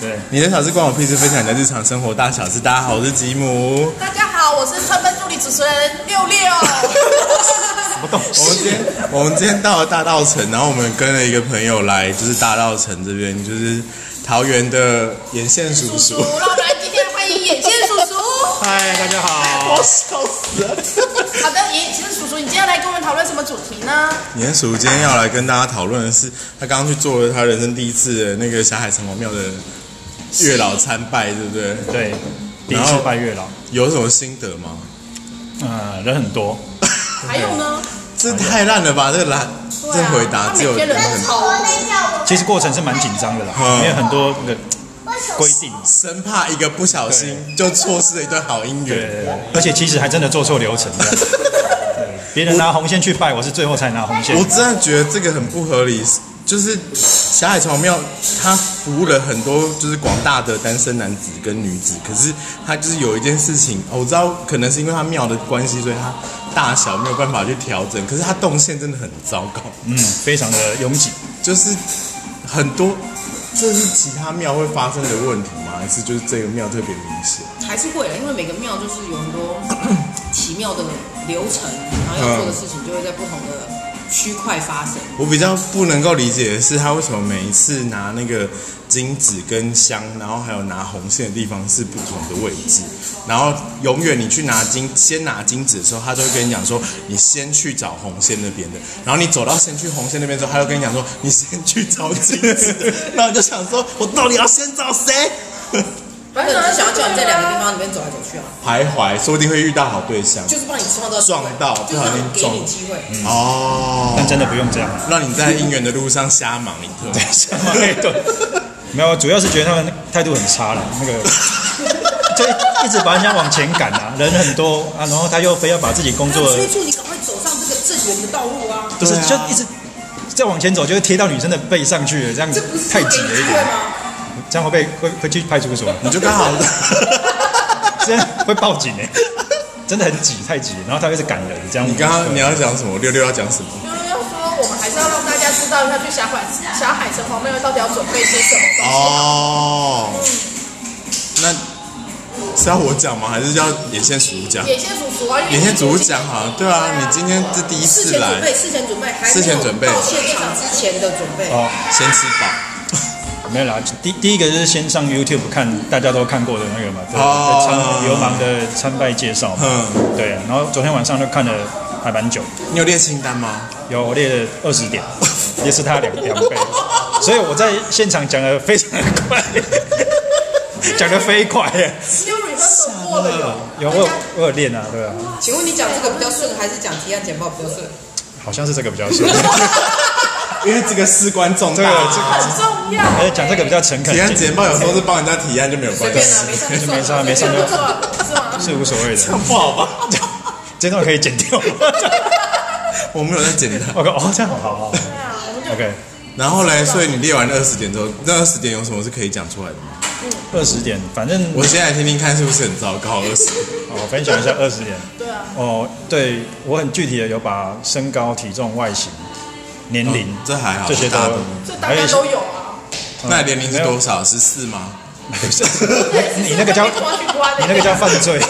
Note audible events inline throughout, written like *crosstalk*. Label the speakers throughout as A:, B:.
A: 对，
B: 你的小事关我屁事，分享你的日常生活大小事。大家好，我是吉姆。
C: 大家好，我是特奔助理主持人六六。
A: 不懂
B: 我们今天我们今天到了大稻城，然后我们跟了一个朋友来，就是大稻城这边，就是桃园的沿线叔
C: 叔
B: 叔。
C: 叔，让我们来今天欢迎眼线叔叔。
A: 嗨，大家好。
B: 我笑死了！
C: 好的，眼线叔叔，你今天来跟我们讨论什么主题呢？
B: 严叔今天要来跟大家讨论的是，他刚刚去做了他人生第一次的那个霞海城隍庙的月老参拜，对不对？
A: 对，第一
B: 然
A: 次
B: 后
A: 拜月老，
B: 有什么心得吗？
C: 哎
A: 嗯，人很多，
C: 还有呢？
B: 这太烂了吧！这个烂，
C: 对啊
B: 这回答只有
C: 他每天人
B: 很
C: 很多
A: 其实过程是蛮紧张的啦，
B: 嗯
A: 因为很多那个规定。
B: 生怕一个不小心就错失了一段好姻
A: 对
B: 缘。
A: 对对，而且其实还真的做错流程，
B: *laughs*
A: 这样对别人拿红线去拜，我是最后才拿红线
B: 我。真的觉得这个很不合理，就是霞海城隍庙，它服务了很多就是广大的单身男子跟女子，可是它就是有一件事情，哦我知道可能是因为它庙的关系，所以它大小没有办法去调整，可是它动线真的很糟糕，
A: 嗯，非常的拥挤。
B: 就是很多，这是其他庙会发生的问题吗？还是就是这个庙特别明显？
C: 还是会的，啊因为每个庙就是有很多奇妙的流程，然后要做的事情就会在不同的区块发生。
B: 我比较不能够理解的是，他为什么每一次拿那个金纸跟香，然后还有拿红线的地方是不同的位置，然后永远你去拿金，先拿金纸的时候，他都会跟你讲说，你先去找红线那边的，然后你走到先去红线那边之后，他又跟你讲说，你先去找金纸的，那我就想说，我到底要先找谁？
C: 反正就是想要叫你在两个地方里面走来走去啊，
B: 徘徊，说不定会遇到好对象。
C: 就是帮你创造
B: 撞到
C: 就是让你
B: 不
C: 给
B: 小心撞嗯
C: 你机会。
B: 哦，
A: 但真的不用这样。
B: 让你在姻缘的路上瞎忙一通。
A: 对
B: *laughs*
A: 对，没有，主要是觉得他们态度很差了，
B: *laughs*
A: 那个就一直把人家往前赶啊，人很多啊，然后他又非要把自己工作的，
C: 促你赶快走上这个正源的道路啊！
A: 不是
B: 对啊
A: 就一直再往前走，就会贴到女生的背上去了，这样子太挤了一点，
C: 吗？
A: 这样会被会会去派出所，
B: 你就刚好，
A: 这样会报警哎、真的很挤，太挤了，然后他又是赶人，这样
B: 你刚刚你要讲什么？六六要讲什么？
C: 因为要说，我们还是要让大家知道一下，去霞海霞海城隍庙到底要准备些什么东西。
B: 哦，那是要我讲吗？还是要眼线叔讲？
C: 眼线主厨啊，
B: 眼线主讲好了，对啊，你今天是第一次
D: 事前准
B: 来，
D: 备，事前准备，还
B: 事前
D: 没有
B: 准备
D: 到现场之前的准备。
A: 哦，
B: 先吃饱。
A: 没有啦，第第一个就是先上 YouTube 看大家都看过的那个嘛，对，
B: 哦
A: 参流氓的参拜介绍嘛，
B: 嗯，
A: 对，啊然后昨天晚上就看了还蛮久，
B: 你有列清单吗？
A: 有我列了二
B: *laughs*
A: 十点，也是他两两倍，所以我在现场讲的非常的快， *laughs* 讲的飞快耶，
C: 因为 rehearsal 过了有。
A: 有我有我有练啊，对吧、
D: 请问你讲这个比较顺，还是讲提案简报比较顺？
A: 好像是这个比
B: *laughs*
A: 较顺，
B: 因为这个事关重
A: 这个
B: 大。
A: 这
C: 很
A: 个，
C: 重要。
A: 而且哎讲这个比较诚恳，
B: 提案简报有时候是帮人家提案就没有关
D: 随便啊，
B: 系，
D: 没事
A: 就没差没
C: 这
A: 差，
C: 个
A: 就是
C: 不错， *laughs* 是啊吗？
A: 是无所谓的，
B: 不好吧？
A: 这段可以
B: *laughs*
A: 剪掉。
B: 我没有在简单。
A: 我靠，哦，这样好好好
C: 对啊，我们就
A: ，OK，
B: 然后嘞，所以你列完二十点之后，那二十点有什么是可以讲出来的吗？
A: 二十点，反正
B: 我先来听听看是不是很糟糕。二十，
A: 好我分享一下二十点。
C: 对啊，
A: 哦，对我很具体的有把身高、体重、外形、年龄、
B: 嗯这还好
A: 这些都哎
B: 大部分
C: 这大
A: 还有
C: 家
A: 一些
C: 都有啊。
B: 那年龄是
A: 没有
B: 多少？十四吗？
A: 不是， *laughs* 你哎那个叫
C: 你怎么去关
A: 你那个叫犯罪。 *laughs*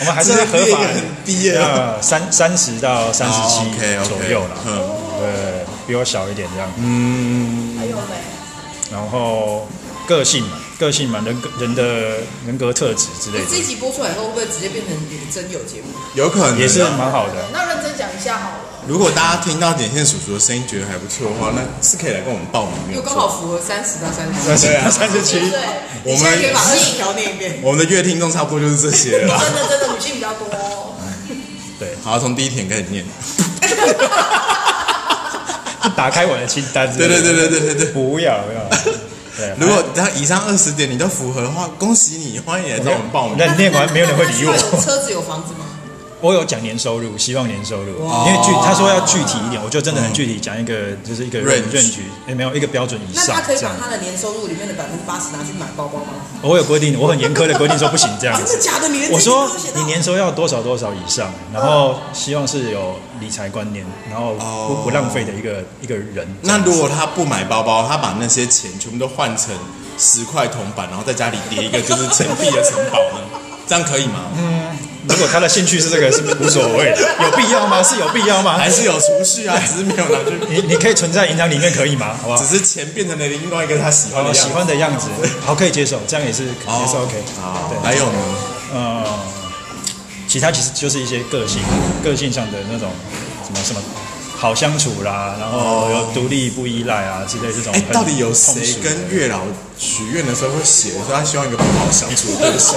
A: 我们还是合
B: 这个
A: 法
B: 列得很低耶
A: 呃，三三十到三十七
B: OK
A: 左右
B: OK，
A: 啦，
B: 哦嗯，
A: 对，比我小一点这样。
E: 哎
C: 还有嘞，
A: 然后个性嘛，个性嘛，人格人的人格特质之类
D: 你这一
A: 的，
D: 集播出来以后，会不会直接变成你的真有节目？
B: 有可能啊
A: 也是蛮好的。
C: 那认真讲一下好了。
B: 如果大家听到点线叔叔的声音觉得还不错的话，那是可以来跟我们报名。没有
D: 又刚
B: 错
D: 好符合三十到三
A: 三十
D: 十。
B: 对啊
A: 三十七，
C: 对，
B: 我
D: 你现在可以
B: 们
D: 把二十条念一遍。
B: 我们的乐听众差不多就是这些了啦。
C: *laughs* 真的真的女性比较多哦。
B: *laughs* 好，从第一点开始念。
A: 打开我的清单之类
B: 对
A: 的。
B: 对对对对对对。
A: 不要不要。
B: *laughs*
A: 对啊，
B: 如果他以上二十点你都符合的话，恭喜你，欢迎来找我们报名。
A: 那念完没有人会理
D: 那他
A: 我。 *laughs*
D: 有车子有房子吗？
A: 我有讲年收入，希望年收入，因为具他说要具体一点，我就真的很具体讲一个，就是一个
B: Range
A: 认局，也哎没有一个标准以
D: 那
A: 上
D: 他可以
A: 这样
D: 把。他的年收入里面的百分之八十拿去买包包吗？
A: 我有规定，我很严苛的规定说不行这样
D: 真
A: 子
D: *laughs* 的。假的？你连
A: 我
D: 这些都
A: 说
D: 有写到
A: 你年收要多少多少以上，然后希望是有理财观念，然后
B: 哦
A: 不不浪费的一个一个人。
B: 那如果他不买包包，他把那些钱全部都换成十块铜板，然后在家里叠一个就是钱币的城堡呢？这样可以吗？
A: 如果他的兴趣是这个，是无所谓
B: *laughs*
A: 的，有必要吗？是有必要吗？
B: 还是有储蓄啊，只是没有拿去，
A: 你你可以存在银行里面可以吗？好不好
B: 只？是钱变成了另外一个他哦喜欢的
A: 我
B: 样子。
A: 喜欢的样子，好可以接受，这样也是
B: 哦
A: 也是 OK。
B: 好
A: 对，
B: 还有呢？
A: 呃，其他其实就是一些个性、个性上的那种什么什么好相处啦，然后有独立不依赖啊之类这种
B: 哦哎
A: 很通俗。，
B: 到底有谁跟月老许愿的时候会写说他希望一个不好相处的对象？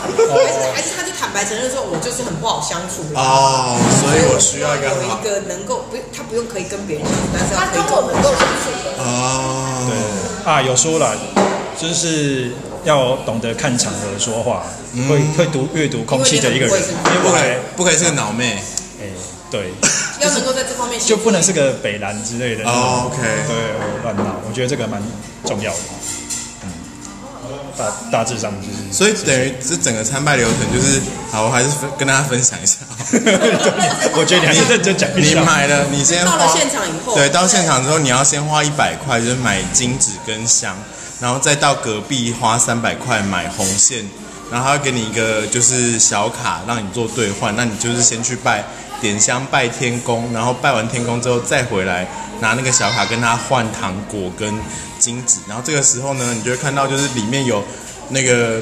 D: 还
A: 哦
D: 是还是他就坦白承认说，我就是很不好相处
B: *laughs*
A: 啊
D: 的。
B: 哦，所以我需要一个
D: 有
B: 好
D: 一个能够不，他不用可以跟别人相处，但是
E: 他
D: 他可
E: 跟
D: 以
E: 我们都相处的，
B: 哦，
A: 对啊？有说了，就是要懂得看场合说话，
B: 嗯
A: 会会读阅读空气的一个人，
D: 因为你很
A: 因为
B: 不
A: 我
B: 可
A: 还
B: 以不可以是个脑妹
A: 哎对，
D: 要能够在这方面
A: 就不能是个北蓝之类的那种。
B: 哦，OK。
A: 对，我乱闹，我觉得这个蛮重要的。嗯，大大致上就是
B: 所以等于这整个参拜流程就是，好，我还是分跟大家分享一 *laughs* 下。
A: 我觉得你还是认真讲一
B: 你
A: 下。
B: 买了，你先花
D: 到
A: 哦
D: 了现场以后
B: 对，到现场之后你要先花一百块，就是买金纸跟香，然后再到隔壁花三百块买红线，然后他会给你一个就是小卡让你做兑换，那你就是先去拜点香拜天公，然后拜完天公之后再回来拿那个小卡跟他换糖果跟金纸，然后这个时候呢，你就会看到就是里面有那个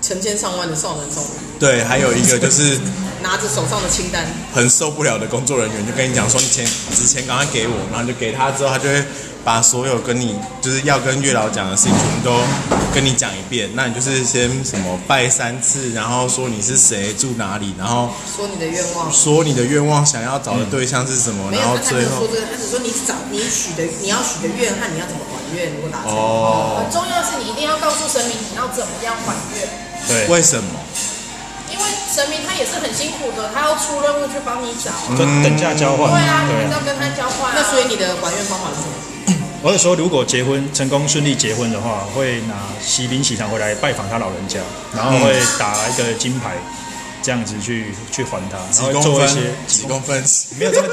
D: 成千上万的少男少女
B: 对，还有一个就是。
D: 拿着手上的清单，
B: 很受不了的工作人员，就跟你讲说你钱纸钱赶快给我，然后你就给他之后，他就会把所有跟你就是要跟月老讲的事情全部都跟你讲一遍。那你就是先什么拜三次，然后说你是谁住哪里，然后
D: 说你的愿望。
B: 说你的愿望想要找的对象是什么，
D: 没
B: 然
D: 有，
B: 后
D: 他才没
B: 最
D: 有
B: 后
D: 说这个，他只说你找你许的你要许的愿和你要怎么还愿，如果达成。
B: 哦，
E: 很重要的是你一定要告诉神明你要怎么样还愿，
A: 对，
B: 为什么？
E: 因为神明他也是很辛苦的，他要出任务去帮你找。
A: 就等价交换
E: 对啊，
A: 嘛。
E: 你
A: 对
E: 还是
A: 啊，
E: 要跟他交换啊。
D: 那所以你的还愿方法是什么？
A: 我是说，如果结婚成功顺利结婚的话，会拿喜饼喜糖回来拜访他老人家，然后会打一个金牌，这样子去去还他，
B: 几
A: 然后
B: 公
A: 做一些
B: 分？几公
D: *laughs*
B: 分？
A: 没有这么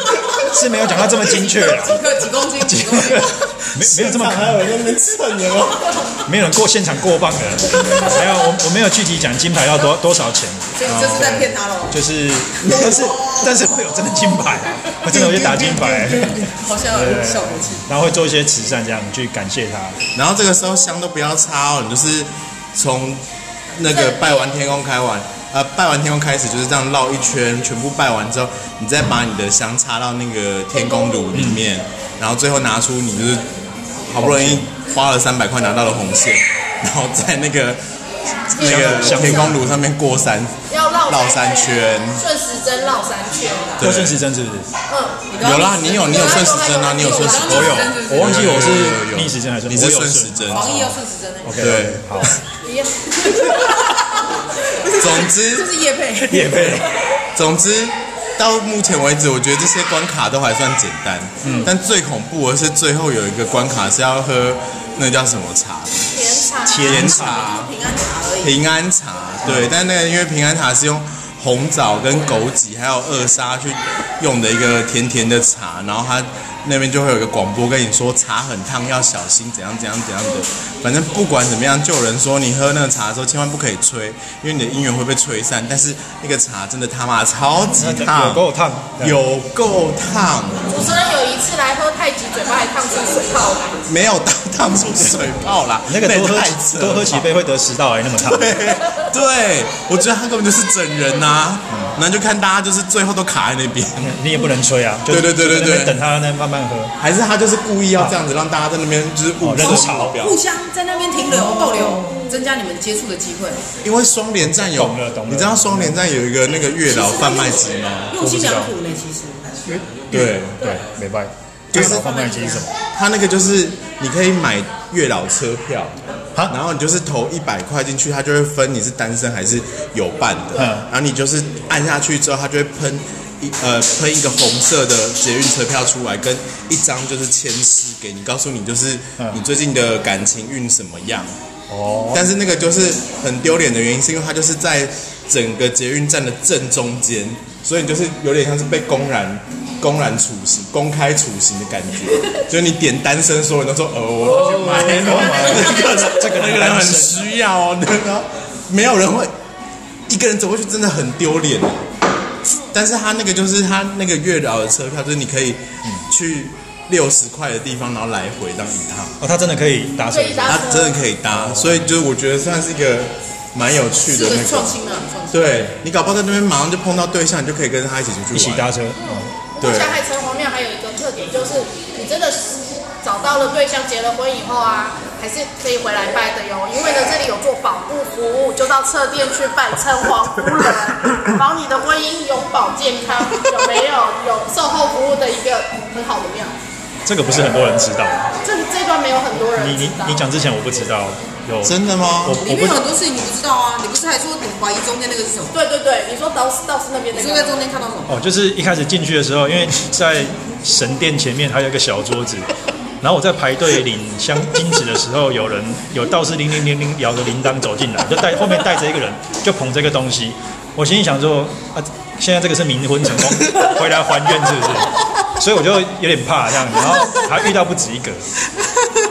A: 是没有讲到这么精确啦，
D: 几个几公斤？几公斤？
A: 没没有这么
B: 还有人在那边蹭人哦。
A: 没有人过现场过磅的，
E: *laughs*
A: 还有我我没有具体讲金牌要多多少钱，
D: 所以你这是在骗他喽？
A: 就是，但是但是会有真的金
E: *laughs*
A: 牌，我真的会去打金牌，
D: 好像有效果器。
A: 然后会做一些慈善，这样去感谢他。
B: 然后这个时候香都不要插哦，你就是从那个拜完天公开完，呃，拜完天公开始就是这样绕一圈，全部拜完之后，你再把你的香插到那个天公炉里面，然后最后拿出你就是好不容易花了三百块拿到了红线，然后在那个那个
A: 香
B: 天公炉上面过三，
E: 要绕
B: 绕三圈
E: 顺时针绕三圈啦。
A: 过顺时针是不是？
E: 嗯，
B: 有啦，你有你有顺时针啊，你有顺时针，
A: 我有，我忘记我
B: 有有有
A: 是逆时针还是
B: 你是
A: 我有
B: 顺时针
D: 防疫要顺时针呢，
A: ？OK，
B: 对 *laughs*
A: 好， *laughs*
E: 一样
B: 总之
D: 这。是叶配。
A: 也被
B: 总之，到目前为止，我觉得这些关卡都还算简单。嗯，但最恐怖的是最后有一个关卡是要喝那叫什么茶？
E: 甜茶。
B: 甜茶、
D: 平安茶而已，
B: 平安茶。对，但那个因为平安茶是用红枣跟枸杞还有二砂去用的一个甜甜的茶，然后它那边就会有一个广播跟你说茶很烫，要小心怎样怎样怎样的。反正不管怎么样，就有人说你喝那个茶的时候千万不可以吹，因为你的姻缘会被吹散。但是那个茶真的他妈超级烫，
A: 有够烫，
B: 有够烫，
E: 主持人有一次来喝太极，嘴巴还烫出水泡来。
B: 没有到烫出水泡啦，
A: 那个多喝
B: 太扯了
A: 多喝几杯会得食道癌那么烫。
B: 对，对我觉得他根本就是整人呐、然后就看大家就是最后都卡在那边，
A: 你也不能吹啊，就
B: 对对对对对
A: 就在那边等他那慢慢喝。
B: 还是他就是故意要这样子让大家在那边就是
A: 哦
B: 误
A: 人潮
B: 表，
D: 互相在那边停留逗留，增加你们接触的机会。
B: 因为双连站有
A: 懂了懂，了
B: 你知道双连站有一个那个月老贩卖机吗？
D: 用心良苦呢，其实。
B: 对
A: 对，没办法。月老方面的建议是什么？
B: 他那个就是你可以买月老车票，
A: 啊
B: 然后你就是投一百块进去，他就会分你是单身还是有伴的，
A: 嗯
B: 然后你就是按下去之后，他就会喷一呃喷一个红色的捷运车票出来，跟一张就是签诗给你，告诉你就是
A: 嗯
B: 你最近的感情运怎么样。
A: 哦，
B: 但是那个就是很丢脸的原因，是因为它就是在整个捷运站的正中间，所以你就是有点像是被公然公然处刑、公开处刑的感觉。就是你点单身，所有人都说哦，我要去买，我要买那个
A: 这个
B: 那个人很需要哦，然后没有人会一个人走过去，真的很丢脸。但是他那个就是他那个月老的车票，就是你可以去六十块的地方，然后来回这样一趟。
A: 哦，他真的可以搭车
E: 可，以搭
B: 它真
E: 车
B: 的可以搭，所以就是我觉得算是一个蛮有趣
C: 是
B: 的
C: 个
B: 那
C: 创
B: 个。
C: 新啊，创新。
B: 对你搞不好在那边马上就碰到对象，你就可以跟他一起出去玩。
A: 一起搭车，
E: 嗯
A: 哦，
B: 对
E: 霞海城隍庙还有一个特点就是，你真的是找到了对象，结了婚以后啊，还是可以回来拜的哟。因为呢，这里有做保护服务，就到侧殿去拜城隍夫人，保你的婚姻永保健康，有没有？有售后服务的一个很好的庙。
A: 这个不是很多人知道。
E: 这这段没有很多人
A: 你你
E: 知道
A: 你讲之前我不知道有，
B: 真的吗
A: 我？
D: 里
A: 我
D: 面有
A: 不
D: 很多事情你不知道啊，你不是还说你怀疑中间那个是什么？
E: 对对对，你说道士道士那边那
D: 你是不是在
E: 个，
D: 中间看到什么？
A: 哦，就是一开始进去的时候，因为在神殿前面还有一个小桌子，然后我在排队领香金纸的时候，有人有道士铃铃铃铃摇着铃铛走进来，就带后面带着一个人，就捧着一个东西。我心里想说啊，现在这个是冥婚成功，回来还愿是不是？所以我就有点怕这样，然后还遇到不止一个，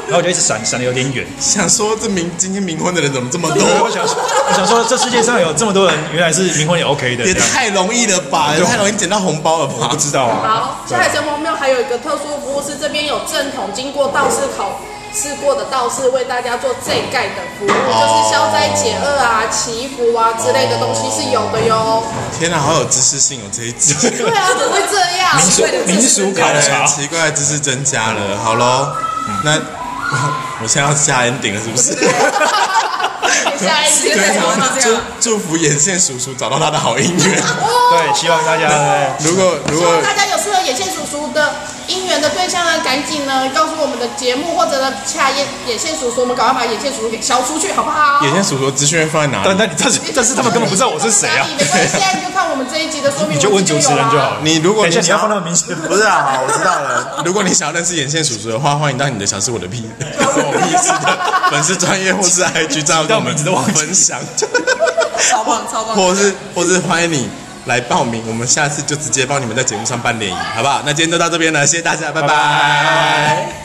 A: 然后我就一直闪闪的有点远。
B: 想说这明今天冥婚的人怎么这 *laughs* 么
A: 对，我
B: 多？
A: 想说，我想说这世界上有这么多人，原来是冥婚也 OK 的，
B: 也
A: 这样
B: 太容易了吧，也太容易捡到红包了
A: 我不
B: 吧？
A: 知道啊。
E: 好，霞海城隍庙还有一个特殊服务是，这边有正统经过道士考试过的道士为大家做这盖的服务，就是消灾解厄啊、祈福啊之类的东西是有的哟。
B: 天哪，好有知识性哦这一
A: *laughs*
B: 集，哎
E: 对啊，怎么会这样？
A: 民俗 *laughs* 民俗考察，
B: 奇怪的知识增加了。好喽，那 *laughs* 我现在要下 ending 了，是
C: *laughs*
B: 不是？
E: 下一集
D: 对
E: 再
D: 啊
E: 说
D: 对啊
B: 祝 *laughs* 祝福眼线叔叔找到他的好姻
C: *laughs*
B: 缘。
A: 对，希望大家对
B: 如果如
E: 希
B: 果
E: 望大家有适合眼线叔叔的姻缘的对象呢，赶紧呢告诉我们的节目，或者呢洽眼眼线叔叔，我们赶快把眼线叔叔给消除去，好不好？
B: 眼线叔叔的资讯会放在哪里
A: 但？但但是但是他们根本不知道我是谁啊！
E: 没关系，现在你就看我们这一集的说明，
A: 你就问主持人就
E: 了。
A: 好了。
B: 你如果
A: 等一下
B: 你
A: 你
B: 想
A: 要放到名字，
B: 不是啊，好，我知道了。如果你想要认识眼线叔叔的话，欢迎到你的小事我的屁我屁事的粉丝专业或是 IG 账号跟我们
A: 提到名字都忘记
B: 分 *laughs* 享，
D: 超棒超棒！
B: 或是或是欢迎你来报名，我们下次就直接帮你们在节目上办联谊，好不好？那今天就到这边了，谢谢大家，拜拜